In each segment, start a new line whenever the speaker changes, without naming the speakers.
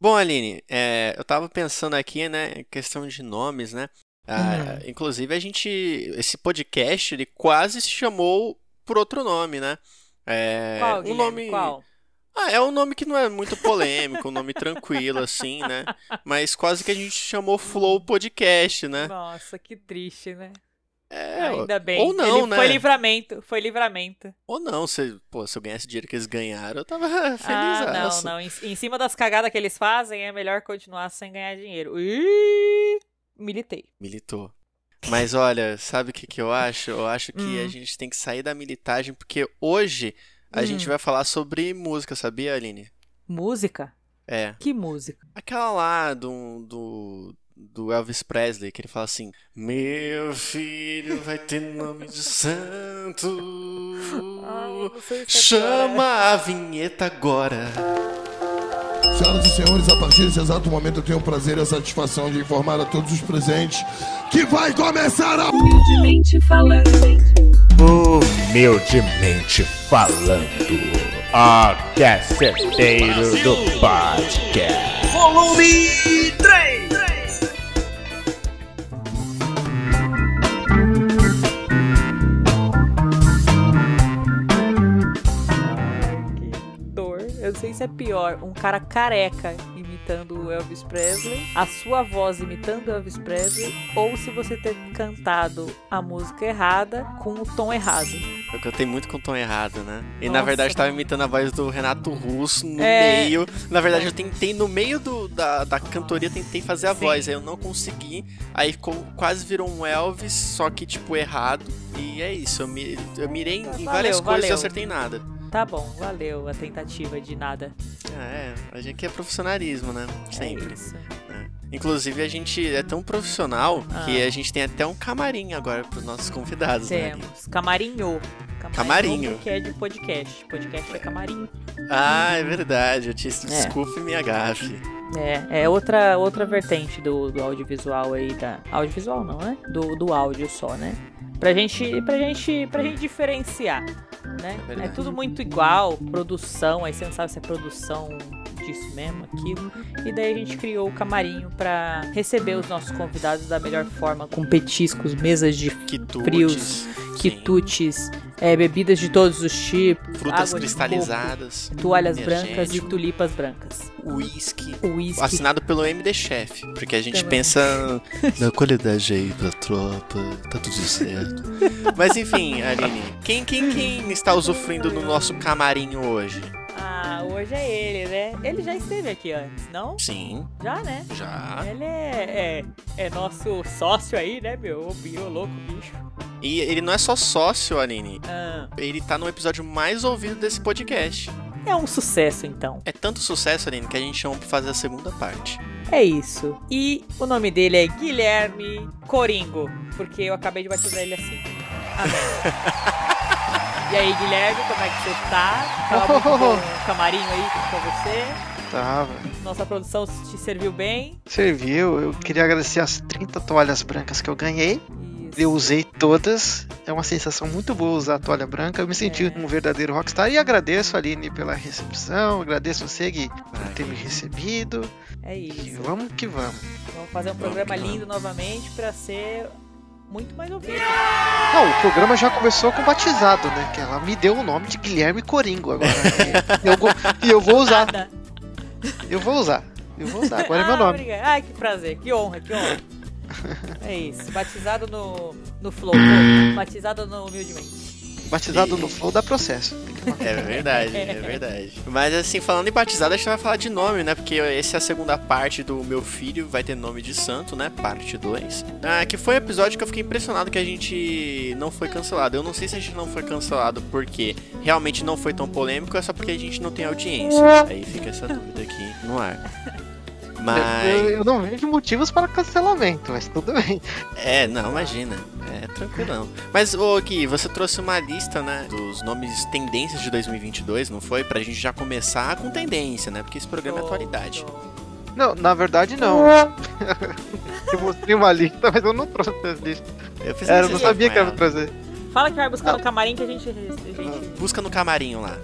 Bom, Aline, eh, eu tava pensando aqui, né, questão de nomes, né? Ah,
Uhum.
Hum.
inclusive, a gente, esse podcast, ele quase se chamou por outro nome, né? É,
Qual,
um
Guilherme?
nome,
Qual?
ah, é um nome que não é muito polêmico, um nome tranquilo assim, né? Mas quase que a gente chamou Flow Podcast, né?
Nossa, que triste, né?
É,
Ainda bem.
ou não,
Ele Foi
né?
livramento, foi livramento.
ou não, se, pô, se eu ganhasse dinheiro que eles ganharam, eu tava
ah, não,
feliz.
não. Em, em cima das cagadas que eles fazem, é melhor continuar sem ganhar dinheiro. Ih, militei.
Militou. Mas olha, sabe o que, que eu acho? Eu acho que a
Hum.
gente tem que sair da militagem, porque hoje a
Hum.
gente vai falar sobre música, sabia, Aline?
Música?
É.
Que música?
Aquela lá do, do, do Elvis Presley, que ele fala assim: Meu filho vai ter nome de santo.
não
é
sei
Chama a vinheta agora.
Senhoras e senhores, a partir desse exato momento eu tenho o prazer e a satisfação de informar a todos os presentes que vai começar a.
Humildemente falando.
Humildemente falando, arqueceteiro do podcast.
Que dor. Eu não sei se é pior. Um cara careca imitando o Elvis Presley, a sua voz imitando o Elvis Presley, ou se você ter cantado a música errada com o tom errado.
É Eu cantei muito com o tom errado, né? E na
Nossa.
verdade tava imitando a voz do Renato Russo no
É.
meio. Na verdade eu tentei, no meio do, da, da cantoria, eu tentei fazer a
Sim.
voz. Aí eu não consegui. Aí ficou, quase virou um Elvis, só que tipo errado. E é isso, eu, mi- eu mirei em, em
Então, Valeu,
várias coisas e
valeu.
eu acertei nada.
Tá bom, valeu a tentativa de nada.
Ah, É, a gente aqui é profissionalismo, né?
É
Sempre.
isso.
Inclusive a gente é tão profissional
Ah.
que a gente tem até um camarim agora pros nossos convidados, né? Aline?
Temos camarinho.
Camarinho.
Que é de podcast. Podcast é camarim.
Ah, é verdade. Eu te
É.
desculpe minha gafe.
É, é outra, outra vertente do, do audiovisual aí da. Audiovisual não, né? Do, do áudio só, né? Pra gente, pra gente, pra gente diferenciar, né?
É
É,
verdade.
tudo muito igual, produção, aí você não sabe se é produção disso mesmo, aquilo. E daí a gente criou o camarinho pra receber os nossos convidados da melhor forma, com petiscos, mesas de
Quitutes.
Frios,
sim.
quitutes, é, bebidas de todos os tipos, água de
Frutas
coco,
cristalizadas.
toalhas brancas e
energético,
tulipas brancas.
Whisky.
O uísque
Assinado pelo MD Chef, porque a gente
Também.
pensa na qualidade aí pra tropa, tá tudo certo. Mas enfim, Aline, quem, quem, quem está usufruindo do nosso camarim hoje?
Ah, hoje é ele, né? Ele já esteve aqui antes, não?
Sim,
Já, né?
já.
Ele é, é, é nosso sócio aí, né, meu? Ô, bi- ô, louco, bicho.
E ele não é só sócio, Aline,
Ah,
ele tá no episódio mais ouvido desse podcast.
é um sucesso, então.
É tanto sucesso, Aline, que a gente chama pra fazer a segunda parte.
É isso. E o nome dele é Guilherme Coringo, porque eu acabei de batizar ele assim. Amém. e aí, Guilherme, como é que você tá? Tava muito bom o camarinho aí pra você.
Tava.
Nossa produção te serviu bem.
Serviu. Eu queria agradecer as 30 toalhas brancas que eu ganhei.
Isso.
Eu usei todas. É uma sensação muito boa usar a toalha branca. Eu me senti
É.
um verdadeiro rockstar. E agradeço a Aline pela recepção. Agradeço você, Gui, por ter me recebido.
É
E
isso.
vamos que vamos.
Vamos fazer um programa lindo novamente pra ser muito mais ouvido.
Não, o programa já começou com batizado, né? Que ela me deu o nome de Guilherme Coringo agora. E eu, go- e eu vou usar.
Nada.
Eu vou usar. Eu vou usar. Agora é meu
Ah,
nome.
obrigado. Ai, que prazer, que honra, que honra. É isso, batizado no, no Flow, pô. batizado no Humildemente.
Batizado no Flow dá processo. Tem que marcar.
É verdade, é verdade. Mas assim, falando em batizado, a gente vai falar de nome, né? Porque essa é a segunda parte do Meu Filho Vai Ter Nome de Santo, né? Parte 2. Ah, que foi um episódio que eu fiquei impressionado que a gente não foi cancelado. Eu não sei se a gente não foi cancelado porque realmente não foi tão polêmico, é só porque a gente não tem audiência. Aí fica essa dúvida aqui no ar.
Eu,
Mas.
eu não vejo motivos para cancelamento, mas tudo bem.
É, não, imagina. É tranquilão. Mas, ô Gui, você trouxe uma lista, né? Dos nomes tendências de 2022, não foi? Pra gente já começar com tendência, né? Porque esse programa é atualidade.
Não, na verdade não. eu mostrei uma lista, mas eu não trouxe as listas.
Eu fiz
Era, eu
essa
não sabia que
com
era
ela.
pra trazer.
Fala que vai buscar no camarim que a gente. A gente...
Busca no camarim lá.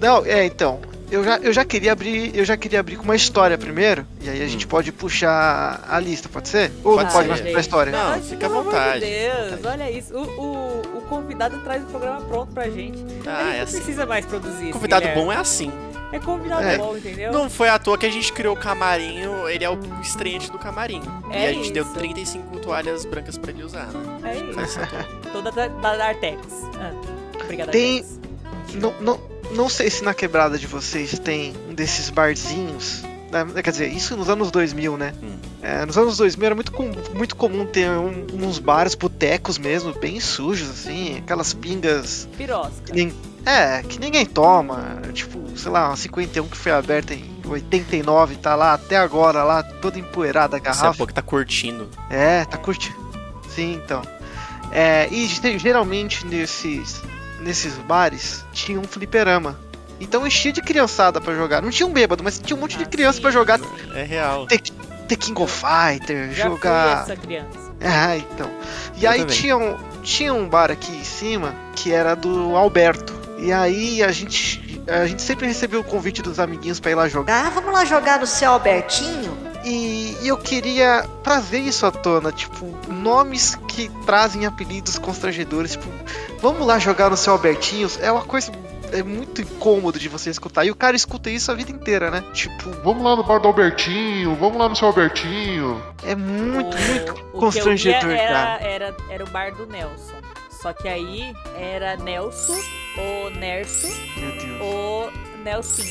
Não, é, então. Eu já, eu já queria abrir, eu já queria abrir com uma história primeiro, e aí a gente pode puxar a lista, pode ser? Ou
Hum. Pode
não pode
ser.
mais puxar a história?
Não,
Mas,
fica à
pelo amor
vontade,
de Deus,
fica à vontade.
olha isso. O, o, o convidado traz o programa pronto pra gente. a
Ah,
gente
é
não
assim.
precisa mais produzir.
Convidado bom é assim.
é. É convidado
É.
bom, entendeu?
Não foi à toa que a gente criou o camarinho, ele é o estreante do camarim. e
É
a gente deu
isso.
35 toalhas brancas pra ele usar, né?
É
Faz
isso.
essa toa.
Toda da, da da Artex. Ah, obrigada,
Tem-
Artex.
Não, não, não sei se na quebrada de vocês tem um desses barzinhos. né? Quer dizer, isso nos anos 2000, né?
Hum.
É, nos anos 2000 era muito, com- muito comum ter um- uns bares, botecos mesmo, bem sujos, assim, aquelas pingas que
Pirosca.
nem, é, que ninguém toma. Tipo, sei lá, uma 51 que foi aberta em 89 tá lá até agora, lá toda empoeirada a
Essa é a
garrafa.
pouco tá curtindo.
É, tá curtindo. Sim, então. É, e ge- geralmente nesses, nesses bares tinha um fliperama. Então enchia de criançada pra jogar. Não tinha um bêbado, mas tinha um monte de
Ah,
criança
sim.
pra jogar
É real.
The King of Fighter,
Já
jogar.
fui essa criança.
Ah, então. E
Eu
aí
também.
tinha um, tinha um bar aqui em cima que era do Alberto. E aí a gente, a gente sempre recebeu o convite dos amiguinhos pra ir lá jogar.
Ah, vamos lá jogar no seu Albertinho?
E eu queria trazer isso à tona, tipo, nomes que trazem apelidos constrangedores, tipo, vamos lá jogar no seu Albertinhos, é uma coisa é muito incômodo de você escutar. E o cara escuta isso a vida inteira, né? Tipo,
Vamos lá no bar do Albertinho, vamos lá no seu Albertinho.
é muito,
O-
muito
o que eu ia
constrangedor, cara.
era, era, era o bar do Nelson. Só que aí era Nelson, ou Nerso,
Meu Deus.
ou Nelson.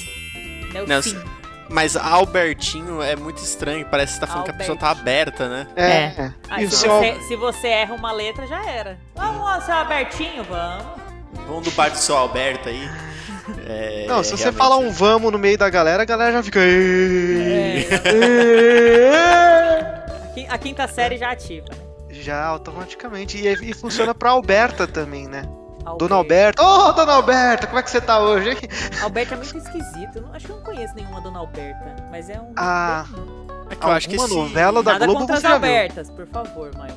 Nelson.
Nelson. Mas Albertinho é muito estranho, parece que você tá falando que a pessoa tá aberta, né?
É.
Ah,
E o
se,
seu
você, se você erra uma letra, já era. Vamos lá, seu Albertinho, vamos.
Vamos do bar do seu Alberto aí. É,
Não, se você
realmente-
falar um vamos no meio da galera, a galera já fica.
É,
"Êêêê".
a qui- a quinta série já ativa.
Já automaticamente. E, e funciona pra Alberta também, né?
Alberto.
Dona Alberta. Ô, Dona Alberta, como é que você tá hoje? hein?
Alberto é muito esquisito. Eu não- acho que eu não conheço nenhuma Dona Alberta, mas é um.
Ah,
É que eu acho que
Alguma
esse...
novela da
Nada
Globo
contra as
você já viu.
Albertas, por favor, mas.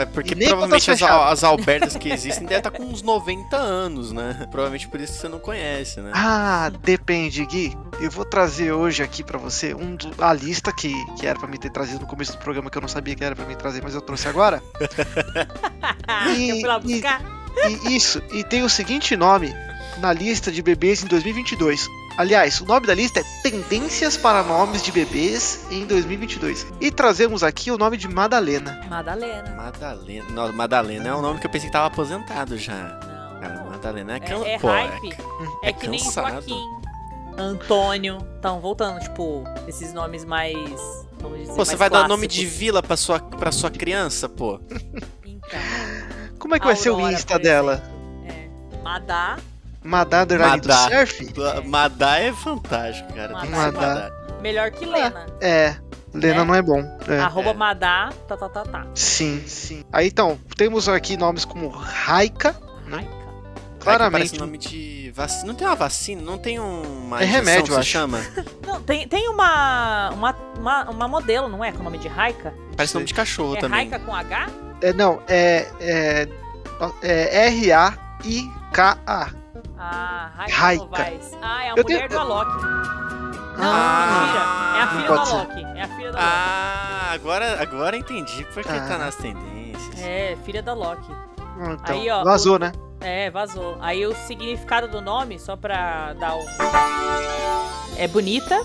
É, porque
E nem
provavelmente
contas
as,
fechadas.
as Albertas que existem devem estar com uns 90 anos, né? Provavelmente por isso que você não conhece, né?
Ah, depende, Gui. Eu vou trazer hoje aqui pra você um do- a lista que, que era pra me ter trazido no começo do programa, que eu não sabia que era pra me trazer, mas eu trouxe agora.
eu fui lá
E- e-
buscar.
E isso, e tem o seguinte nome na lista de bebês em 2022. Aliás, o nome da lista é Tendências para Nomes de Bebês em 2022. E trazemos aqui o nome de Madalena.
Madalena.
Madalena. Nossa, Madalena é um nome que eu pensei que tava aposentado já.
Não.
Cara, Madalena é, can...
É, é
pô, é
hype.
ca-
É,
é
que nem
cansado.
Joaquim. Antônio. Então, voltando, tipo, esses nomes mais. Vamos dizer,
Pô, você
mais
vai dar nome de
clássicos.
vila pra sua, pra sua criança, pô?
Então,
Como é que vai ser o
Aurora,
Insta
por
dela?
exemplo. É. Madá.
Madá Underline do
Madá.
Surf?
Madá é fantástico, cara. Tem que ser
Madá.
Madá.
Melhor que Lena.
É, Lena
É.
não é bom. É.
Arroba
É.
Madá. Tá, tá, tá, tá.
Sim, sim. Aí então, temos aqui nomes como Raika,
Ai, cara.
Cara, parece
claramente.
nome de vacina. Não tem uma vacina? Não tem uma
É
injeção
remédio,
que
eu
se
acho.
chama?
Não, tem, tem uma, uma, uma, uma modelo, não é? Com o nome de Raika?
Parece nome de cachorro
é
também.
Raika com H?
É, não, é. É. é R-A-I-K-A.
Ah, Raika,
Raika.
Novaes. Ah, é a
Eu
mulher
tenho-
do Alok. Não,
Ah.
mentira. É a
Não
filha do
pode ser.
Alok. É a filha do Alok.
Ah, agora, agora entendi porque
Ah.
tá nas tendências.
É, filha da Loki.
Hum, Então,
Ah. Aí, ó,
vazou, né?
É, vazou. Aí o significado do nome, só pra dar um. É bonita,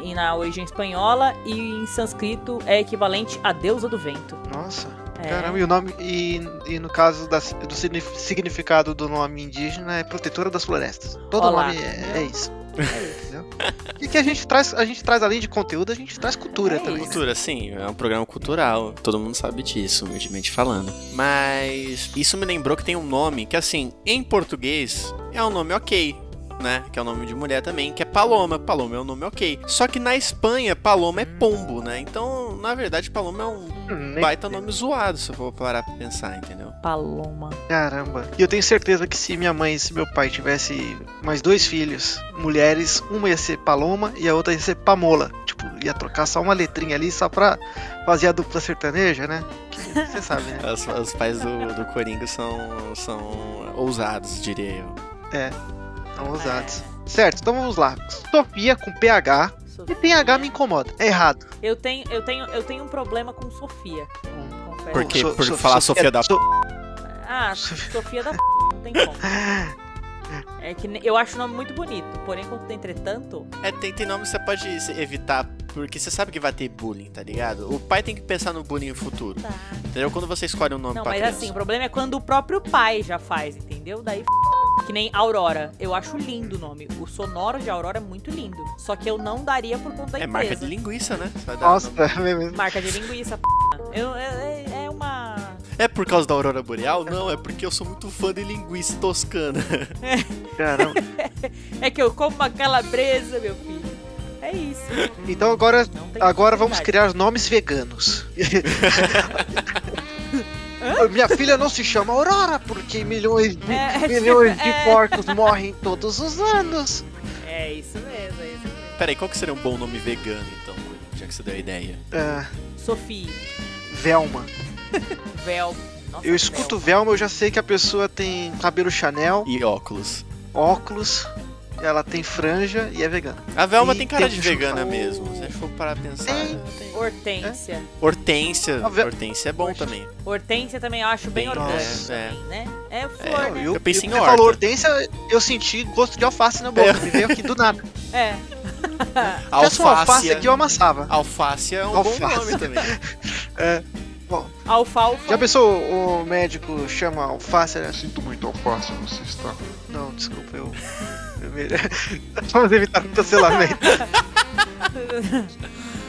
e na origem espanhola, e em sânscrito é equivalente a deusa do vento.
Nossa.
É.
Caramba, e o nome. E, e no caso da- do signif- significado do nome indígena é protetora das florestas. Todo
Olá.
nome é, é isso. Entendeu? E que a gente traz, a gente traz, além de conteúdo, a gente traz cultura
É
também. Né?
Cultura, sim, é um programa cultural, todo mundo sabe disso, humildemente falando. Mas isso me lembrou que tem um nome que, assim, em português é um nome ok, né? Que é o nome de mulher também, que é Paloma. Paloma é um nome ok. Só que na Espanha, Paloma é pombo, né? Então, na verdade, Paloma é um
Hum, nem-
baita nome zoado, se eu for parar pra pensar, entendeu?
Paloma.
Caramba. E eu tenho certeza que se minha mãe e se meu pai tivesse mais dois filhos, mulheres, uma ia ser Paloma e a outra ia ser Pamola. Tipo, ia trocar só uma letrinha ali só pra fazer a dupla sertaneja, né? Que Você sabe, né?
As- os pais do, do Coringa são, são ousados, diria eu.
São ousados.
É.
Certo, então vamos lá. Sofia com PH. E PH me incomoda. É errado.
Eu tenho, eu tenho, eu tenho um problema com Sofia. confesso.
Por quê? Por falar Sofia da
so,
Ah, Sofia da p... não tem como. É que ne- eu acho o nome muito bonito, porém, contudo, entretanto,
É, tem, tem nome que você pode se- evitar, porque você sabe que vai ter bullying, tá ligado? O pai tem que pensar no bullying no futuro.
tá.
Entendeu? Quando você escolhe um nome
Não,
pra
Tá
mas
criança.
assim, o problema é quando o próprio pai já faz, entendeu? Daí f... que nem Aurora. Eu acho lindo o nome. O sonoro de Aurora é muito lindo. Só que eu não daria por conta da
é
empresa.
marca de linguiça, né? Você vai dar
Nossa, é
nome.
Marca de linguiça, p... eu, é, é- é uma.
É por causa da Aurora Boreal? Não, é porque eu sou muito fã de linguiça toscana.
caramba.
É que eu como uma calabresa, meu filho. É isso.
Então agora,
Não tem
agora vamos
possibilidade.
criar nomes veganos. Minha filha não se chama Aurora porque milhões de,
É, é tipo-
milhões de
é.
porcos morrem todos os anos.
É isso mesmo, é isso mesmo.
Peraí, qual que seria um bom nome vegano, então, já que você deu a ideia?
Ah,
Sophie,
Velma.
Vel. Nossa,
Eu escuto
Velma.
Velma, eu já sei que a pessoa tem cabelo Chanel,
E óculos.
óculos, ela tem franja e é vegana.
A Velma
E
tem cara de
tem um
vegana
chapéu.
mesmo. Se a gente for parar pra pensar. né?
Tem.
Hortência.
Hortência.
A Vel-
Hortência é bom
Hortência.
também.
Hortência também eu acho bem
Bem,
orgânico,
é,
também, né? É flor,
É,
né?
eu pensei em
você
horta. É.
falou hortência, eu senti gosto de alface na boca, me veio aqui do nada. Se
É.
tivesse uma alface aqui, eu amassava.
Alface é um
Alface.
bom nome também.
Alfalfa.
Já pensou o médico chama alface? né?
Sinto muito alface, você está.
Não, desculpa, eu... eu me- Vamos evitar o cancelamento.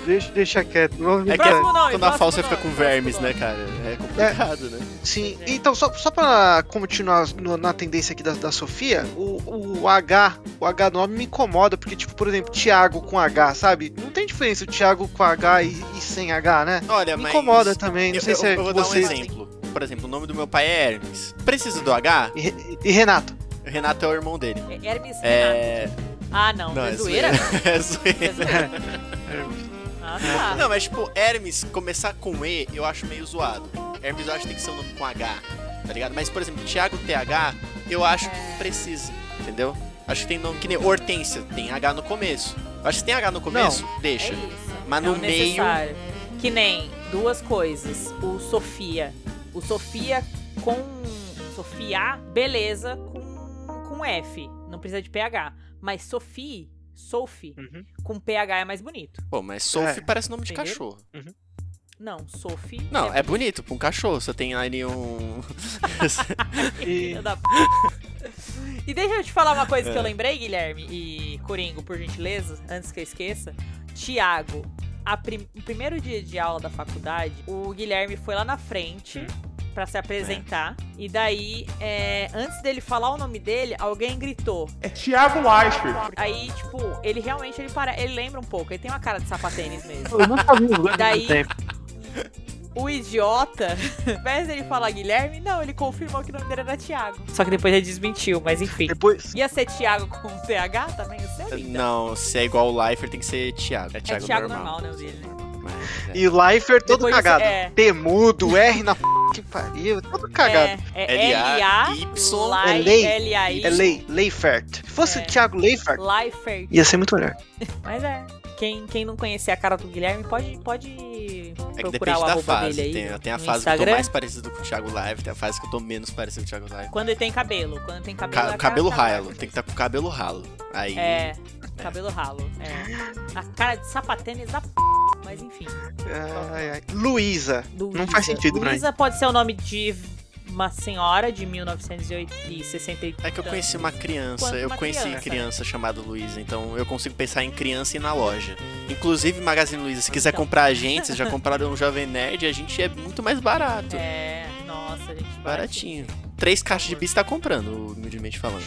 deixa, deixa quieto. Vamos
É que
evitar.
Próximo nome,
quando a
próximo
falsa
nome,
fica com
próximo
vermes,
nome.
né, cara? É complicado, né?
Sim, então só, só pra continuar no- na tendência aqui da, da Sofia, o, o H, o H nome me incomoda, porque, tipo, por exemplo, Thiago com H, sabe? Não tem diferença o Thiago com H e, e sem H, né?
Olha, É,
Me
mas.
incomoda também, não
Eu,
sei
eu-
se é
eu vou dar um
vocês.
exemplo. Por exemplo, o nome do meu pai é Hermes. Precisa do H?
E, Re- e Renato,
O Renato é o irmão dele.
É Hermes Renato.
É.
Ah, não.
Não,
é
é
zoeira?
É
É
zoeira.
zoeira. ah, tá.
Não, mas tipo, Hermes começar com E eu acho meio zoado. Hermes eu acho que tem que ser um nome com H, tá ligado? Mas, por exemplo, Thiago TH, eu acho que não precisa, entendeu? Acho que tem nome que nem Hortência, tem H no começo. Eu acho que se tem H no começo,
É
deixa.
isso.
Mas
é o
no meio-
necessário. Que nem duas coisas. O Sofia. O Sofia com. Sofia, beleza, com, com F. Não precisa de PH. Mas Sophie, Sophie,
Uhum.
com PH é mais bonito.
Pô, mas Sophie
É.
parece nome de
Entendeu?
cachorro.
Não, Sophie.
Não, é bonito pra um cachorro. Você tem ali um.
e
Filha da p... E deixa eu te falar uma coisa que eu lembrei, Guilherme e Coringo, por gentileza, antes que eu esqueça. Tiago, a prim- o primeiro dia de aula da faculdade, o Guilherme foi lá na frente pra se apresentar. E daí, é, antes dele falar o nome dele, alguém gritou.
É Thiago Leifert.
Aí, tipo, ele realmente ele, para, ele lembra um pouco, ele tem uma cara de sapatênis mesmo.
eu não sabia
Daí- O idiota, ao invés dele falar Guilherme, não, ele confirmou que o nome dele era Tiago. Só que depois ele desmentiu, mas enfim.
Depois,
Ia ser Thiago com TH também? Ia ser linda.
Não, se é igual o Lifer, tem que ser Thiago. É Thiago,
Então. é Thiago
normal.
normal, né? o dele, né?
Mas, é.
e o Leifert todo
Depois,
cagado.
é.
Temudo, R na p... que pariu, todo cagado.
É, é L-A,
L-A-Y,
Lai-
é lei,
L-A-Y,
É, Lei, Leifert. Se fosse
É.
o Thiago Leifert,
Leifert.
ia ser muito melhor.
Mas é. Quem, quem não conhecer a cara do Guilherme pode, pode
É que
procurar
depende
o
da
arroba
fase.
dele aí.
Tem, tem a
no
fase que eu tô
Instagram.
mais parecido com o Thiago Live, tem a fase que eu tô menos parecido com o Thiago Live.
Quando ele tem cabelo. Quando tem cabelo. é
Ca
a
cabelo
cara-
ralo, tem que estar com o cabelo ralo. Aí.
É, cabelo ralo. É. A cara de sapatênis da p. Mas enfim.
Ai, ai. Luísa.
Luísa.
Não faz sentido pra mim.
Luísa pode ser o nome de uma senhora de 1963.
É que eu conheci uma criança,
Quanto
eu
uma
conheci
criança.
criança, chamada Luísa, então eu consigo pensar em criança e na loja. Inclusive, Magazine Luiza, se quiser
Então.
comprar a gente, vocês já compraram um Jovem Nerd, a gente é muito mais barato.
É, nossa, gente.
Baratinho. Três caixas de bis tá comprando, humildemente falando.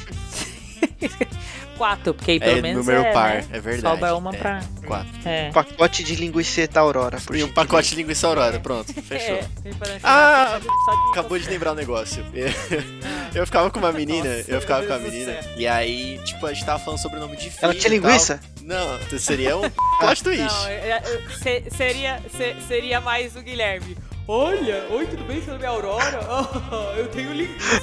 Quatro, porque aí pelo
É
menos.
número
é,
par,
né?
é verdade.
Sobra uma
É,
pra.
Quatro.
É.
Pacote de linguiceta Aurora. por
E um
gentileza.
pacote de linguiça aurora, pronto, fechou.
É, tem que fazer um
Ah,
só de- só de-
Acabou de lembrar um negócio. Eu ficava com uma menina,
Nossa,
eu ficava
meu
com a
Deus do
menina, e aí, tipo, a gente tava falando sobre o nome de filho.
Ela tinha
e tal.
linguiça?
Não, seria um plot twist.
Não, é- é- se- seria, se- seria mais o Oh, Guilherme. Olha, oi, tudo bem? Seu nome é Aurora? Ah, eu tenho linguiça.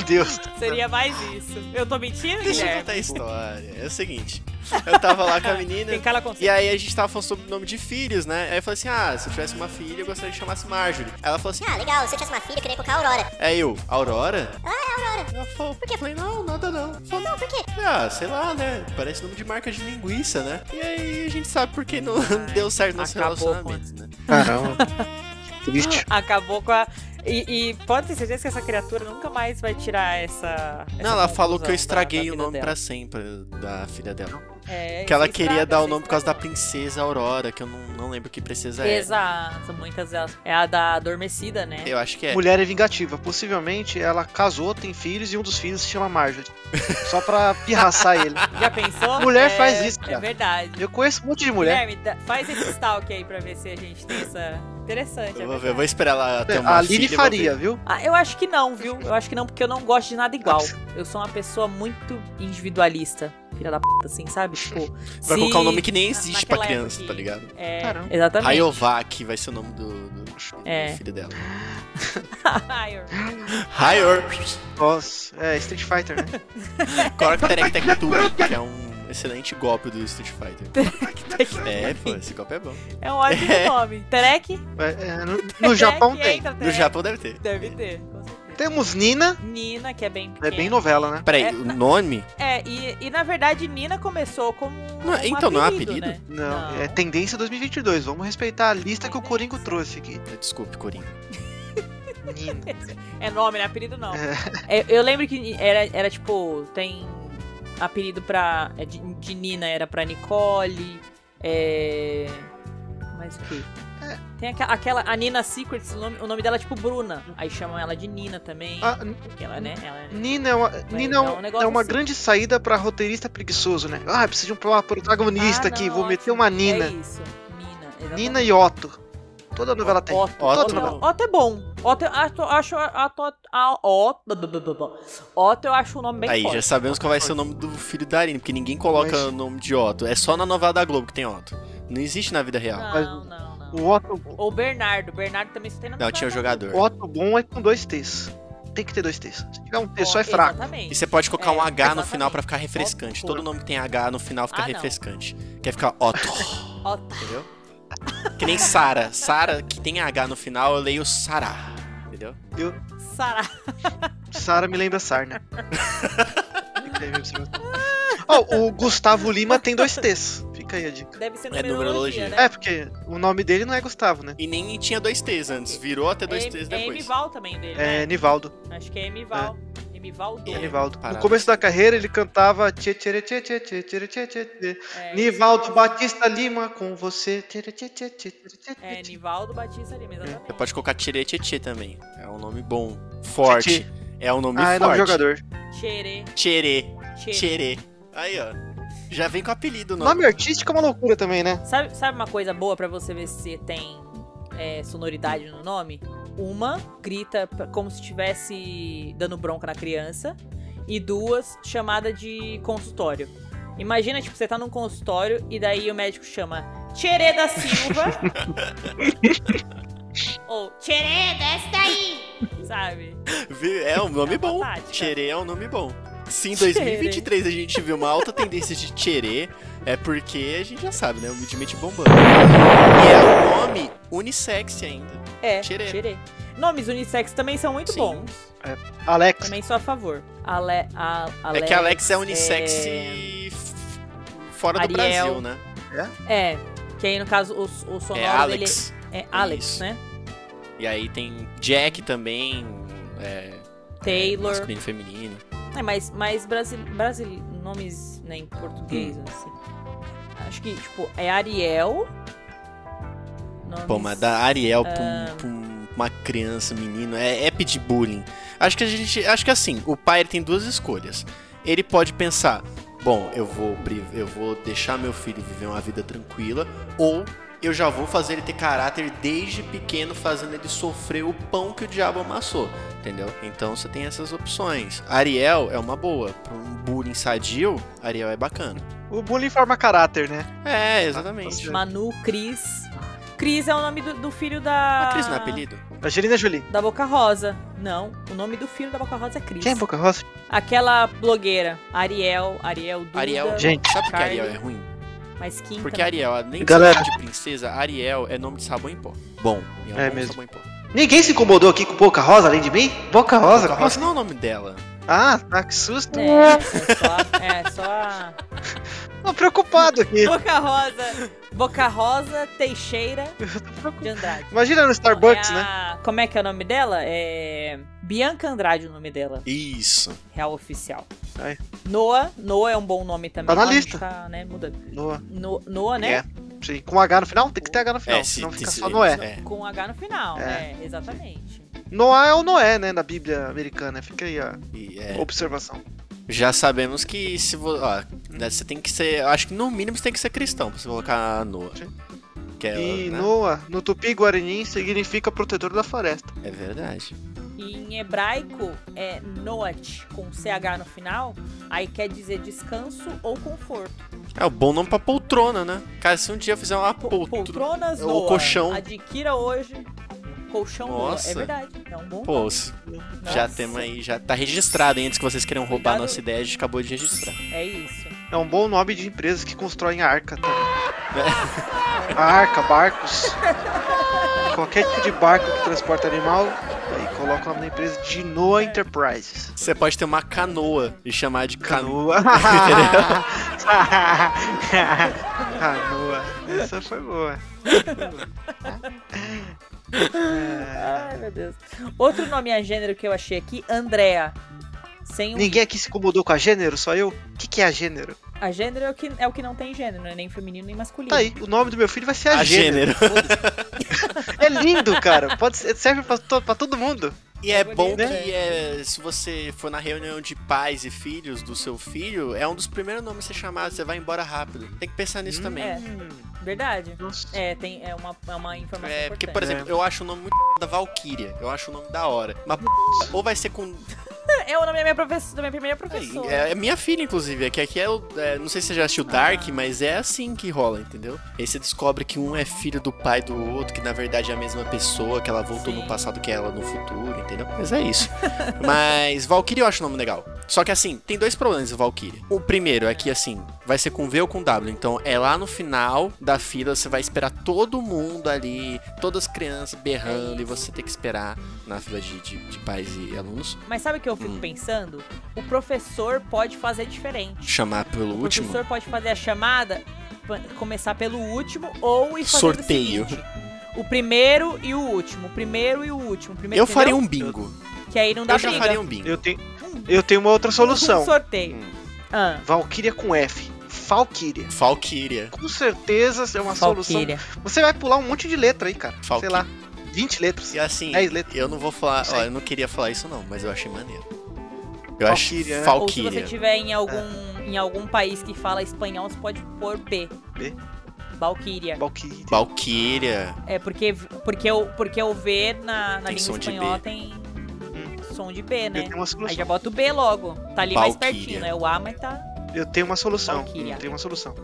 Adeus.
Seria mais isso. Eu tô mentindo,
Deixa eu
Guilherme?
contar a história. É o seguinte. Eu tava lá com a menina.
Tem cara com
E aí a gente tava falando sobre o nome de filhos, né? Aí eu falei assim: ah, se eu tivesse uma filha, eu gostaria que chamasse Marjorie. Aí ela falou assim:
Ah, legal, se eu tivesse uma filha, eu queria colocar a Aurora.
é eu, Aurora?
Ah, é a Aurora.
Ela falou, por quê? Eu falei, não, nada não.
Pô, não, por quê?
Ah, sei lá, né? Parece nome de marca de linguiça, né? E aí a gente sabe por que não deu certo nosso
acabou
relacionamento, né?
Caramba. Que triste.
Acabou com a. E, e pode ter certeza que essa criatura nunca mais vai tirar essa. essa
Não, ela falou
conclusão
que eu
da-
estraguei
da
o
vida
nome
dela.
pra sempre da filha dela.
É,
Que ela
você
queria
estraga,
dar o
você
nome por causa da
estraga.
princesa Aurora, que eu não, não lembro que princesa é.
Exato, muitas delas. É a da adormecida, né?
Eu acho que é.
Mulher é vingativa. Possivelmente ela casou, tem filhos e um dos filhos se chama Marjorie. Só pra pirraçar ele.
Já pensou?
Mulher
É-
faz isso,
É
cara.
verdade.
Eu conheço um monte de mulher.
Guilherme, dá- faz esse stalk aí pra ver se a gente tem essa. Interessante. é
Eu vou, ver,
verdade.
eu vou esperar ela ter uma
É, A Aline
filha, eu vou ver.
faria, viu?
Ah, eu acho que não, viu? Eu acho que não, porque eu não gosto de nada igual. Eu sou uma pessoa muito individualista. Filha da p, assim, sabe? Tipo.
Vai
se-
colocar um nome que nem existe pra
naquela
criança,
época
tá
que-
ligado?
É,
Caramba.
exatamente.
Rayovac vai ser o nome do, do, do
É.
filho dela.
Raio.
Rayor
Nossa, é Street Fighter, né?
Corterectectum, que é um excelente golpe do Street Fighter. é, pô, esse golpe é bom.
É um ótimo
É.
nome. Terek?
É, é, no, no Japão
Terek,
tem.
entra,
No
Terek.
Japão deve ter.
Deve ter, com certeza.
Temos Nina,
Nina, que é bem
é
pequena.
bem novela, né?
Peraí,
É,
o nome?
É, e, e na verdade Nina começou como.
Não,
um
então, não é apelido?
Né?
Não, é tendência 2022. Vamos respeitar a lista que o Coringo trouxe aqui.
Desculpe, Corinho.
Nina.
É nome, né? Apelido não. É, eu lembro que era, era tipo, tem apelido pra. é, De, de Nina era pra Nicole. É. Mais o quê?
É.
Tem aqua- aquela. A Nina Secrets, o nome, o nome dela é tipo Bruna. Aí chamam ela de Nina também.
Ah,
Porque ela, né? Ela é.
Nina é uma, Nina é
dar um
um-
negócio
é uma
assim.
grande saída pra roteirista preguiçoso, né? Ah, preciso de um pro-
Ah,
protagonista aqui,
não,
vou meter
ótimo.
uma Nina.
É isso. Nina. Exatamente.
Nina e Otto. Toda novela tem.
Otto,
Otto
Otto,
não.
Otto é bom. Otto, eu acho, acho, acho, Otto, Otto eu acho um nome bem
Aí
forte.
já sabemos qual vai ser o nome do filho da Arine, porque ninguém coloca
Mas-
o nome de Otto. É só na novela da Globo que tem Otto. Não existe na vida real.
Não, não, não.
O Otto,
Ou Bernardo. Bernardo também só tem na
Não, tinha o jogador.
o Otto bom é com dois T's. Tem que ter dois T's. Se tiver um T só é fraco.
Exatamente.
E você pode colocar um
É,
H no
exatamente.
final pra ficar refrescante.
Otto.
Todo nome que tem H no final fica
Ah, não.
refrescante. Quer ficar Otto,
Otto.
entendeu? Que nem Sara. Sara, que tem H no final, eu leio Sara. Entendeu?
Sará.
Sara me lembra Sarna. Tem que ter minha observação. Ó, o Gustavo Lima tem dois T's. Fica aí a dica.
Deve ser
É
numerologia,
numerologia.
né?
É, porque o nome dele não é Gustavo, né?
E nem tinha dois T's antes. Virou até dois T's
É
depois.
Emival também dele,
É
né?
Nivaldo.
Acho que é Emival. Emivaldo.
É,
Nivaldo.
parado.
No começo da carreira ele cantava tchê, tchê, tchê, tchê, tchê, tchê, tchê, tchê, tchê.
É,
Nivaldo Batista Lima com você. Tchê, tchê, tchê, tchê, tchê, tchê,
É,
tchê, tchê.
Nivaldo Batista Lima, exatamente.
Você pode colocar Tcheretete também. É um nome bom. Forte.
Tchê.
É um nome
Ah, é
forte.
nome de jogador.
Tcherê,
Tcherê.
tcherê.
Tcherê. Aí, ó. Já vem com apelido o nome.
Nome artístico é uma loucura também, né?
Sabe, sabe uma coisa boa pra você ver se tem é, sonoridade no nome? Uma grita pra- como se estivesse dando bronca na criança e duas chamada de consultório. Imagina, tipo, você tá num consultório e daí o médico chama Tcherê da Silva ou Tcherê,
É, desce daí.
sabe?
Viu? É um nome
É uma
bom.
tática.
Tcherê é um nome bom. Se em 2023 a gente viu uma alta tendência de Tcherê, é porque a gente já sabe, né? O Midmit bombando. E é um nome unissex ainda.
É,
Tcherê.
Tcherê. Nomes unissex também são muito
Sim.
bons.
Alex.
Também sou a favor. Ale, a,
É que Alex é unissex
é-
e f- fora do Brasil,
Ariel.
né?
É, que aí no caso o, o sonoro
É Alex.
dele é Alex,
Isso.
né?
E aí tem Jack também. É,
Taylor.
Masculino e feminino.
É, mas, mas Brasil, Brasil, nomes né, em português,
Hum.
assim. Acho que, tipo, é Ariel. Nomes...
Pô, mas da Ariel pra, um- pra um- uma criança, menino, é, é pedir bullying. Acho que a gente. Acho que assim, o pai ele tem duas escolhas. Ele pode pensar, bom, eu vou, pri- eu vou deixar meu filho viver uma vida tranquila, ou eu já vou fazer ele ter caráter desde pequeno, fazendo ele sofrer o pão que o diabo amassou. Entendeu? Então você tem essas opções. Ariel é uma boa. Pra um bullying sadio, Ariel é bacana.
O bullying forma caráter, né?
É, exatamente.
Ah.
Manu, Cris. Cris é o nome do, do filho da.
Atriz não é apelido?
Angelina Jolie.
Da Boca Rosa. Não, o nome do filho da Boca Rosa é Cris.
Quem é Boca Rosa?
Aquela blogueira, Ariel, Ariel Duda.
Ariel.
Gente.
Sabe por que
Carly.
Ariel é ruim?
Mas Kim
Porque
também.
Ariel, nem que
Galera.
seja de princesa, Ariel é nome de sabão em pó.
Bom,
E
É
nome de
mesmo.
Sabão em pó.
Ninguém se incomodou aqui com Boca Rosa além de mim? Boca Rosa?
Boca Rosa não é o nome dela.
Ah, tá, que susto.
É, só, é, só a...
Tô preocupado aqui.
Boca Rosa. Boca Rosa Teixeira
Eu tô preocupado.
de Andrade.
Imagina no Starbucks,
É
né?
a- Como é que é o nome dela? É. Bianca Andrade o nome dela,
Isso.
real oficial.
Ai.
Noah, Noah é um bom nome também.
Tá na
Ah, não
lista.
Tá, né, mudando.
Noah.
No, Noah, né?
É. Sim, com H no final? Tem que ter H no final,
É, se-
senão fica
se-
só Noé.
é.
Com H no final,
É.
é, exatamente.
Noé é o Noé, né, na Bíblia americana. Fica aí a
E é.
observação.
Já sabemos que se vo... ó, né, você tem que ser. eu Acho que no mínimo você tem que ser cristão pra você colocar Noa.
Sim.
Que é,
E
né?
Noah, no Tupi Guarani, significa protetor da floresta.
é verdade.
E em hebraico é Noach com CH no final, aí quer dizer descanso ou conforto.
É o bom nome pra poltrona, né? Cara, se um dia eu fizer uma
Po-
poltrona.
Poltronas
o
Noah.
colchão.
Adquira hoje. Colchão Noah. É
Nossa.
verdade. É um bom
Pô, se-
nome.
já
Nossa,
temos aí, já tá registrado hein, antes que vocês queiram roubar
Cuidado.
nossa ideia, a gente acabou de registrar.
É isso.
É um bom nome de empresas que constroem arca também.
É.
arca, barcos. Qualquer tipo de barco que transporta animal, aí coloca o nome da empresa de Noah Enterprises.
Você pode ter uma canoa e chamar de canoa.
Canoa. Canoa. Essa foi boa.
Ai, meu Deus. Outro nome a gênero que eu achei aqui, Andrea. Sem um...
Ninguém aqui se incomodou com a gênero, só eu? O que, que é a gênero?
A gênero é o, que, é o que não tem gênero, né? nem feminino nem masculino.
Tá aí, o nome do meu filho vai ser a,
A
gênero.
gênero.
É lindo, cara. Pode ser- serve pra, to- pra todo mundo.
E é bom
bonito, né?
que é, se você for na reunião de pais e filhos do seu filho, é um dos primeiros nomes a ser chamado, você vai embora rápido. Tem que pensar nisso também.
É, verdade.
Nossa.
É, tem, é, uma, é uma informação
Hum. É, porque,
importante.
por exemplo, eu acho o nome muito da Valkyria. Eu acho o nome da hora. Mas p****, ou vai ser com.
É o nome da minha, professora, da minha primeira professora.
É, é minha filha, inclusive. É que aqui é, o- é. Não sei se você já assistiu
Ah.
Dark, mas é assim que rola, entendeu? Aí você descobre que um é filho do pai do outro, que na verdade é a mesma pessoa, que ela voltou
Sim.
no passado que é ela no futuro, entendeu? Mas é isso. mas Valkyria eu acho o nome legal. Só que assim, tem dois problemas em Valkyria. O primeiro é que assim, vai ser com V ou com W. Então é lá no final da fila, você vai esperar todo mundo ali, todas as crianças
É
berrando, e você tem que esperar na fila de, de- de pais e alunos.
Mas sabe o que eu fico
Hum.
pensando? O professor pode fazer diferente.
Chamar pelo
O
último.
professor pode fazer a chamada, pa- começar pelo último ou e fazer
Sorteio.
Do seguinte, o primeiro e o último, o primeiro e o último. o Primeiro,
Eu faria
é entendeu?
um bingo.
Que aí não dá né?
Eu já
briga.
faria um bingo.
Eu tenho, eu tenho uma outra
Um
solução. Hum.
sorteio. Ah,
Valkyria com F. Falkyria.
Valkyria.
Com certeza é uma solução.
Valkyria.
Você vai pular um monte de letra aí, cara.
Falkyria.
Sei lá. É, 20 letras.
E assim,
Dez letras.
eu não vou falar.
Sei.
Ó, eu não queria falar isso não, mas eu achei maneiro. Eu
Valkyria, né?
acho
Ou se você
Valkyria.
tiver em algum,
É.
em algum país que fala espanhol, você pode pôr B.
B?
Valkyria.
Valkyria.
Valkyria.
É porque, porque, o, porque o V na, na
Tem
língua
som de
espanhola
B.
tem
Hum.
som de B,
Eu
né?
tenho uma
Aí
solução.
já bota o B logo. Tá ali mais
Valkyria.
pertinho, né? O A, mas tá.
Eu tenho uma solução.
Valkyria.
Eu tenho uma solução.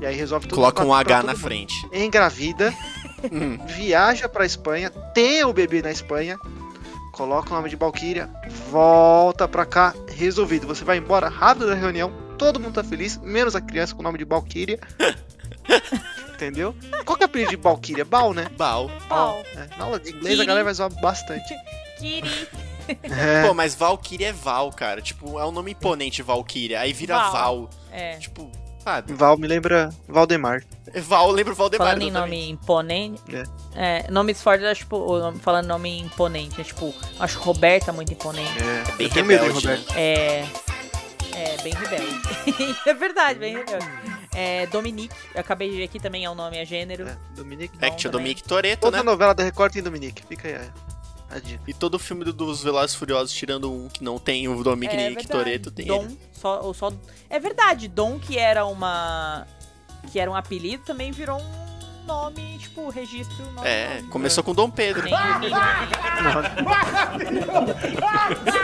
E aí resolve tudo.
Coloca
pra-
um
pra
H
todo
na
mundo.
frente.
Engravida,
Hum.
viaja pra Espanha, tem o bebê na Espanha, coloca o nome de Valkyria, volta pra cá, resolvido. Você vai embora rápido da reunião, todo mundo tá feliz, menos a criança com o nome de Valkyria. Entendeu? Qual que é o apelido de Valkyria? Bal, né?
Bal.
Ó,
É, na aula de inglês
Valkyria.
a galera vai zoar bastante.
Kiri.
É.
Pô, mas Valkyria é Val, cara. Tipo, é um nome imponente, Valkyria. Aí vira
Val.
Val.
É.
Tipo, sabe?
Val me lembra Valdemar.
Val, lembra o
é
Valdemar.
Falando em
exatamente.
nome imponente. É. nomes fortes, eu acho, tipo, o nome- falando nome imponente, é tipo, acho Roberta muito imponente.
É,
Bem
eu tenho medo de
rebelde,
Roberto.
É. É, bem rebelde. é verdade, bem rebelde. É, Dominique, eu acabei de ver aqui também, é o nome, é gênero.
É, Dominique.
É que tinha o
também.
Dominic Toretto,
Toda
né?
novela da Record tem Dominique. Fica aí é, a, a dica.
E todo filme do- dos Velozes e Furiosos, tirando um que não tem o Dominic
é
Nick Toretto, tem
Dom,
ele.
só, ou só. É verdade, Dom, que era uma. que era um apelido, também virou um nome, tipo, registro. Nome,
É,
nome. Ah,
começou com Dom Pedro.
Nem Dominique.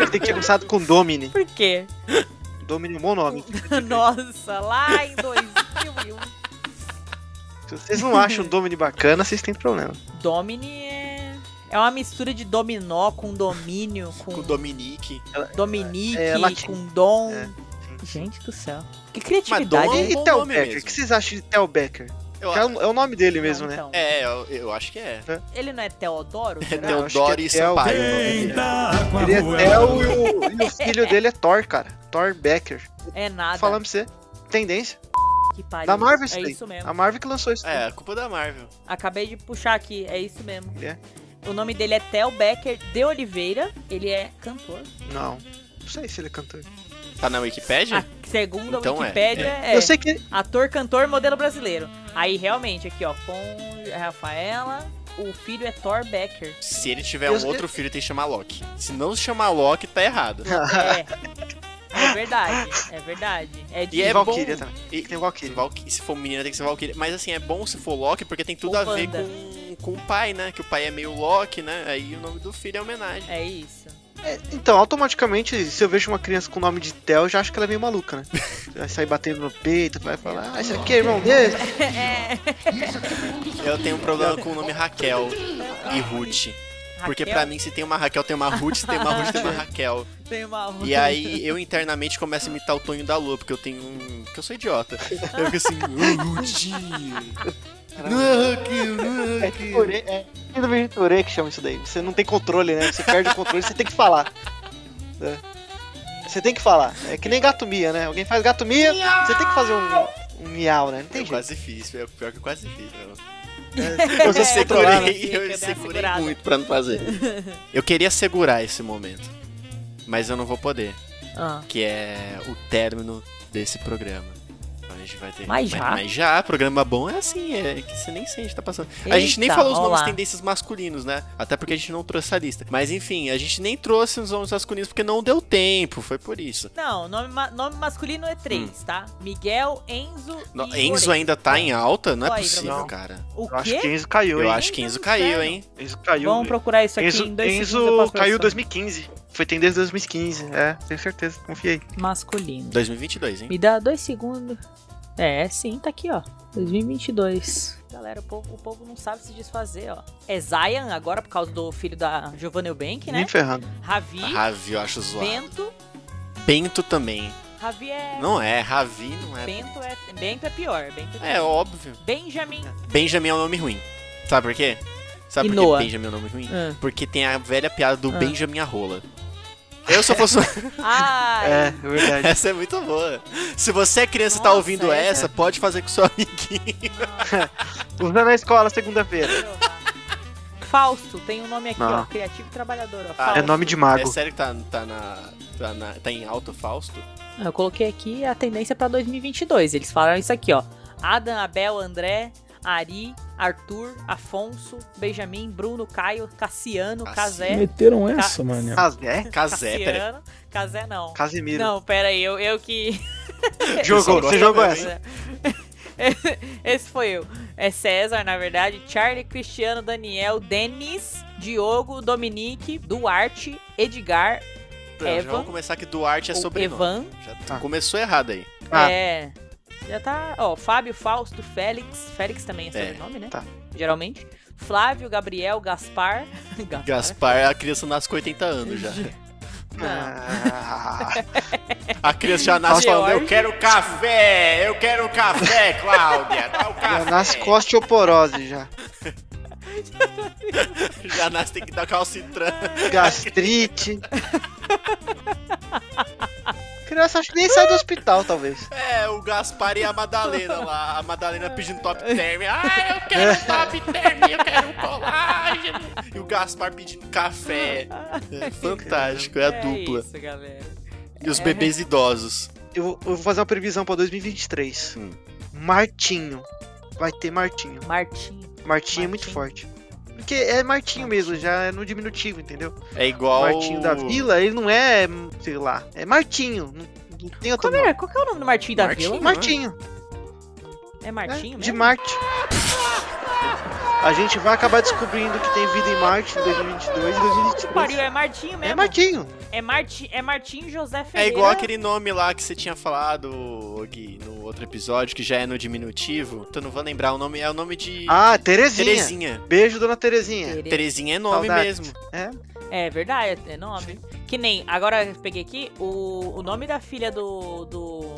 Ele tem que ter começado com Domini.
Por quê?
Domini é um bom nome.
Nossa, lá em 2001.
Se vocês não acham Domini bacana, vocês têm problema.
Domini é. É uma mistura de dominó com domínio, com,
com o Dominique.
Dominique,
É, latim.
com dom.
É.
Gente do céu. Que
Mas dom
criatividade,
é um
hein?
E,
bom
e Theo
nome
Becker? O
mesmo.
que vocês acham de Theo Becker?
Eu,
Que é, o- é o nome dele mesmo,
Não,
né?
então.
é, eu, eu acho que é.
Ele não é Teodoro?
É
Não, acho
Teodoro
que é
e Sampaio. o nome dele.
Ele é Theo e o, e o filho dele é Thor, cara. Thor Becker.
é nada.
Falando pra você, tendência.
que pariu.
Da Marvel isso
É
daí.
isso mesmo.
A Marvel que lançou isso.
É, culpa da Marvel.
Acabei de puxar aqui, é isso mesmo.
É.
O nome dele é Theo Becker de Oliveira. Ele é cantor.
Não. Não sei se ele é cantor.
Tá na Wikipédia?
A- segundo a
Então é,
Wikipédia, é,
Eu sei que
ator, cantor, modelo brasileiro. Aí realmente, aqui ó, com a Rafaela, o filho é Thor Becker.
Se ele tiver
Eu-
um outro filho, tem que chamar Loki. Se não se chamar Loki, tá errado.
É. É verdade, é verdade. É de
E é
Valkyria
bom.
também.
E,
Tem o Valkyrie.
Valky- se for menina, tem que ser Valkyrie. Mas assim, é bom se for Loki, porque tem tudo
Ou
a ver
Wanda.
com, com o pai, né? Que o pai é meio Loki, né? Aí o nome do filho é homenagem.
É isso.
É, Então, automaticamente, se eu vejo uma criança com o nome de Theo, eu já acho que ela é meio maluca, né? Vai sair batendo no peito, vai falar, ah, esse aqui é irmão dele.
Eu tenho um problema com o nome Raquel e Ruth. Porque
Raquel
pra mim, se tem uma Raquel, tem uma Ruth, se tem uma Ruth, tem uma Raquel.
tem uma
E aí eu internamente começo a imitar o Tonho da Lua, porque eu tenho um. Porque eu sou idiota. Eu fico assim, ô Ruth! Não, Raquel, não,
É
Raquel.
Torê- é síndrome de Tourette que chama isso daí. Você não tem controle, né? Você perde o controle, você tem que falar. É. Você tem que falar. É que nem gato mia, né? Alguém faz gato mia, você tem que fazer um, um miau, né? Não tem
Eu
jeito.
quase fiz, é pior que eu quase fiz. Eu,
Eu
eu
só sei
é.
controlar,
assim,
segurei,
né?
eu
Fica bem
segurei
segurado.
muito pra não fazer. Eu queria segurar esse momento, mas eu não vou poder,
Ah,
que é o término desse programa. Então A gente vai ter...
Mas já?
Mas já, programa bom é assim, é que você nem sente, tá passando. a gente nem
Eita,
falou os
ó
nomes
lá.
tendências masculinos, né? Até porque a gente não trouxe a lista. Mas enfim, a gente nem trouxe os nomes masculinos porque não deu tempo, foi por isso.
Não, nome, ma- nome masculino é três, tá? Miguel, Enzo.
Hum. No-
e
Enzo
Orelha.
ainda tá em alta? Não é
Só aí pra
possível,
você.
cara.
O
Eu acho que
quê?
Enzo caiu,
Eu
hein?
acho que
Deus
Enzo
do
caiu,
céu.
hein?
Enzo caiu.
Vamos procurar isso aqui
Enzo,
em dois
Enzo
segundos. eu passo pra
caiu em
você.
2015. Foi tendência 2015. É, tenho certeza. Confiei.
Masculino.
2022, hein?
Me dá dois segundos. É, sim, tá aqui, ó. 2022. Galera, o povo, o povo não sabe se desfazer, ó. É Zion agora por causa do filho da Giovanna Eubank, né?
Nem ferrando.
Ravi,
Ravi, eu acho zoado.
Bento.
Bento também.
Ravi é.
Não é, Ravi não é.
Bento é. Bento é pior. Bento é pior.
É óbvio.
Benjamin.
Benjamin é um nome ruim. Sabe por quê? Sabe
E
por que
Noah?
Benjamin é um nome ruim?
Ah.
Porque tem a velha piada do
Ah.
Benjamin a rola. Eu se eu fosse. um-
Ah,
É, é verdade.
essa é muito boa. Se você é criança e tá
Nossa,
ouvindo
essa-
essa, pode fazer com seu amiguinho.
Usa na escola segunda-feira.
Fausto, tem um nome aqui,
Não.
ó. Criativo e trabalhador, ó.
Ah,
É
Fausto.
nome de mago.
É sério que tá, tá na. Tá, na- tá em alto Fausto?
Eu coloquei aqui a tendência pra 2022. Eles falaram isso aqui, ó. Adam, Abel, André, Ari, Arthur, Afonso, Benjamin, Bruno, Caio, Cassiano,
Cassi-
Casé.
Meteram
Ca-
essa, mano.
Ah, é?
Casé, peraí.
Cassiano. Casé não.
Casimiro.
Não, pera aí, eu, eu que.
Jogou, você jogou essa.
Esse foi eu. É César, na verdade. Charlie, Cristiano, Daniel, Denis, Diogo, Dominique, Duarte, Edgar,
Já
Evan.
vamos começar que Duarte é
ou
sobrenome.
Evan.
Já
Ah.
começou errado aí.
Ah.
É. Já tá. Ó, Fábio, Fausto, Félix. Félix também é
É,
sobrenome, né?
tá.
Geralmente. Flávio, Gabriel, Gaspar. Gaspar. Ah, tá.
Gaspar, a criança nasce com 80 anos já.
Não.
Ah.
A criança já nasce falando,
George.
eu quero café, eu quero café, Cláudia, dá o
Já
café.
nasce com osteoporose já.
Já nasce, tem que dar calcitran.
Gastrite. Criança acho que nem sai do hospital, talvez.
É, o Gaspar e a Madalena lá, a Madalena pedindo top term. Ah, eu quero top term, eu quero um colágeno. E o Gaspar pedindo café. É fantástico, é a
é
dupla.
isso, é. galera.
E os bebês idosos.
Eu, vou- eu vou fazer uma previsão pra 2023.
Hum.
Martinho. Vai ter Martinho.
Martim.
Martinho, é muito
Martinho.
forte. Porque é Martinho mesmo, já é no diminutivo, entendeu?
É igual.
Martinho da Vila, ele não é, sei lá, é Martinho. Não, não tem outro
Qual,
nome.
é, qual que é o nome do Martim da
Martim?
Vila?
Martinho.
É
né?
Martim mesmo?
De Marte. A gente vai acabar descobrindo que tem vida em Marte em 2022 e
Que
2023.
Pariu, é Martim mesmo.
É Martinho.
É Martim, é Martim José
É
Ferreira.
igual aquele nome lá que você tinha falado, Gui, no outro episódio, que já é no diminutivo. Então não vou lembrar o nome, é o nome de
Ah, Terezinha.
Terezinha.
Beijo, dona Terezinha.
Terezinha é nome
Saudades.
mesmo.
É?
É verdade, é nome. Que nem, agora eu peguei aqui, o, o nome da filha do, do,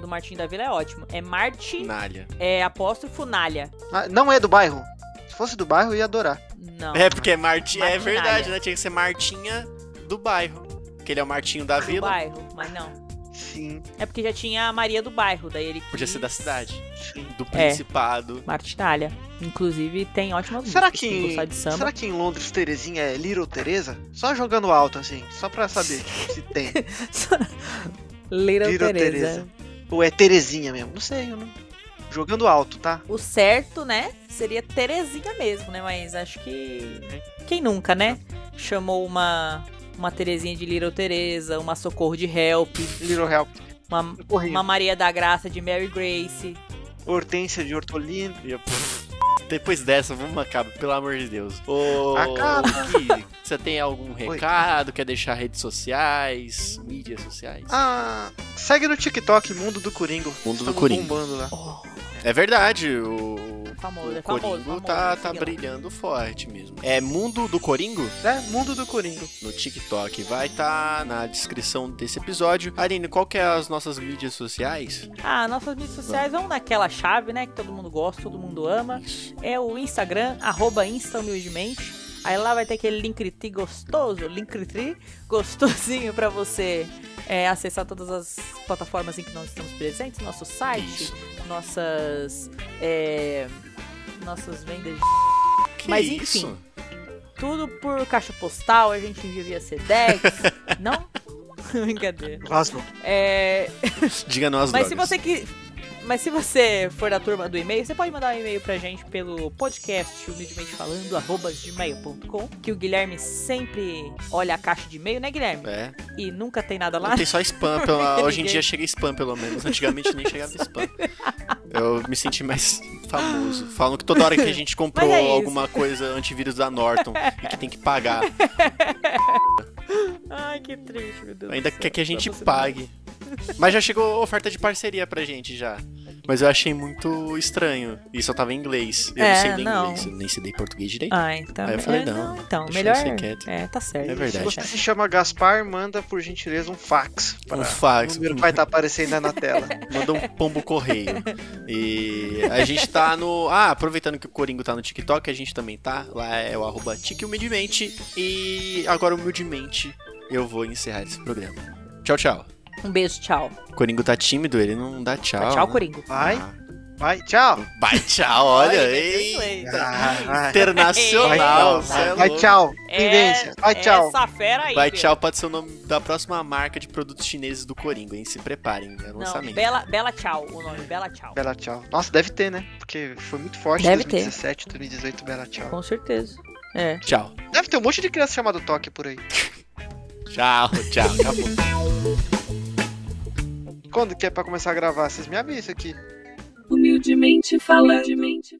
do Martim da Vila é ótimo. É Marte,
Nalha.
é apóstrofo Nália.
Ah, não é do bairro. Se fosse do bairro, eu ia adorar.
Não.
É, porque é Marti... É
Martinalha.
verdade, né? Tinha que ser Martinha do bairro. Que ele é o Martinho da
do
vila.
bairro, mas não.
Sim,
É porque já tinha a Maria do bairro, daí ele.
Podia
quis
ser da cidade.
sim.
É.
Do principado.
Marte Nália. Inclusive tem ótimas
Será
músicas, quem
que,
gostar Hum, de samba.
será que em Londres Terezinha é Little Teresa? Só jogando alto, assim, só pra saber se tem.
Little,
Little
Teresa.
Teresa. Ou é Terezinha mesmo? Não sei, eu não... Jogando alto, tá?
O certo, né? Seria Terezinha mesmo, né? Mas acho que. Quem nunca, né? Chamou uma. Uma Terezinha de Little Teresa, uma Socorro de Help,
Little Help.
uma,
Corrinho.
uma Maria da Graça de Mary Grace.
Hortência de Hortolina.
E eu- pff, Depois dessa, vamos acabar, pelo amor de Deus. Ô,
Acaba.
Gui, você tem algum recado? Quer deixar redes sociais, mídias sociais?
Ah, segue no TikTok, Mundo do Coringo.
Mundo do
Estamos
Coringo.
bombando lá.
É verdade, o.
Famoso,
O
é famoso.
Coringo
famoso,
tá,
segue
tá
lá.
brilhando forte mesmo. É Mundo do Coringo?
É, Mundo do Coringo.
No TikTok. Vai tá na descrição desse episódio. Aline, qual que é as nossas mídias sociais?
Ah, nossas mídias sociais vão naquela chave, né? Que todo mundo gosta, todo mundo ama. É o Instagram, arroba Insta Humildemente. Aí lá vai ter aquele Linktree gostoso, Linktree gostosinho pra você é, acessar todas as plataformas em que nós estamos presentes, nosso site, nossas é, nossas vendas, de...
Que
Mas
isso?
enfim. tudo por caixa postal, a gente envia via Sedex, não? Brincadeira.
Osmo.
É,
Diga nós
mas
drogas.
se você que. Mas se você for da turma do e-mail, você pode mandar um e-mail pra gente pelo podcast humildemente falando, arroba gmail.com, que o Guilherme sempre olha a caixa de e-mail, né, Guilherme?
É.
E nunca tem nada lá.
Não tem só spam, pelo- hoje em
Ninguém.
dia chega spam pelo menos. Antigamente nem chegava spam. Eu me senti mais famoso. Falam que toda hora que a gente comprou
Mas é isso.
alguma coisa antivírus da Norton e que tem que pagar,
Ai, que triste, meu Deus.
ainda
do céu. é
quer que a gente
Pra você-
pague. Mas já chegou oferta de parceria pra gente já. Mas eu achei muito estranho. E só tava em inglês. Eu
É,
não sei ler
não.
inglês, eu nem sei ler português direito.
Ah, então.
Aí eu falei,
é,
não,
então,
deixa
melhor.
você quieto.
É, tá certo.
É
Se
verdade.
você se chama Gaspar, manda por gentileza um fax.
um
Para... O
fax.
número vai estar aparecendo aí na tela.
Manda um pombo correio. E a gente tá no. Ah, aproveitando que o Coringo tá no TikTok, a gente também tá. Lá é o arroba Tique Humildemente. E agora, humildemente, eu vou encerrar esse programa. Tchau, tchau.
Um beijo, tchau.
O Coringo tá tímido, ele não dá tchau.
Tchau,
né?
Coringo.
Vai, vai, tchau.
Vai, tchau, olha.
Olha,
Eita.
Ah, vai,
Internacional,
tchau.
cê é
Vai,
louco.
tchau. Tendência. Vai, tchau.
É Essa fera aí.
Vai,
meu.
tchau, pode ser o nome da próxima marca de produtos chineses do Coringo, hein? Se preparem, é
Não,
lançamento.
Bela, Bela Tchau, o nome, Bela Tchau.
Bela tchau. Nossa, deve ter, né? Porque foi muito forte
Deve
em 2017, 2018, Bela tchau.
Com certeza. É.
Tchau.
Deve ter um monte de criança chamada Toque por aí.
Tchau, tchau. Acabou.
Quando que é pra começar a gravar? Vocês me avisam aqui.
Humildemente falando.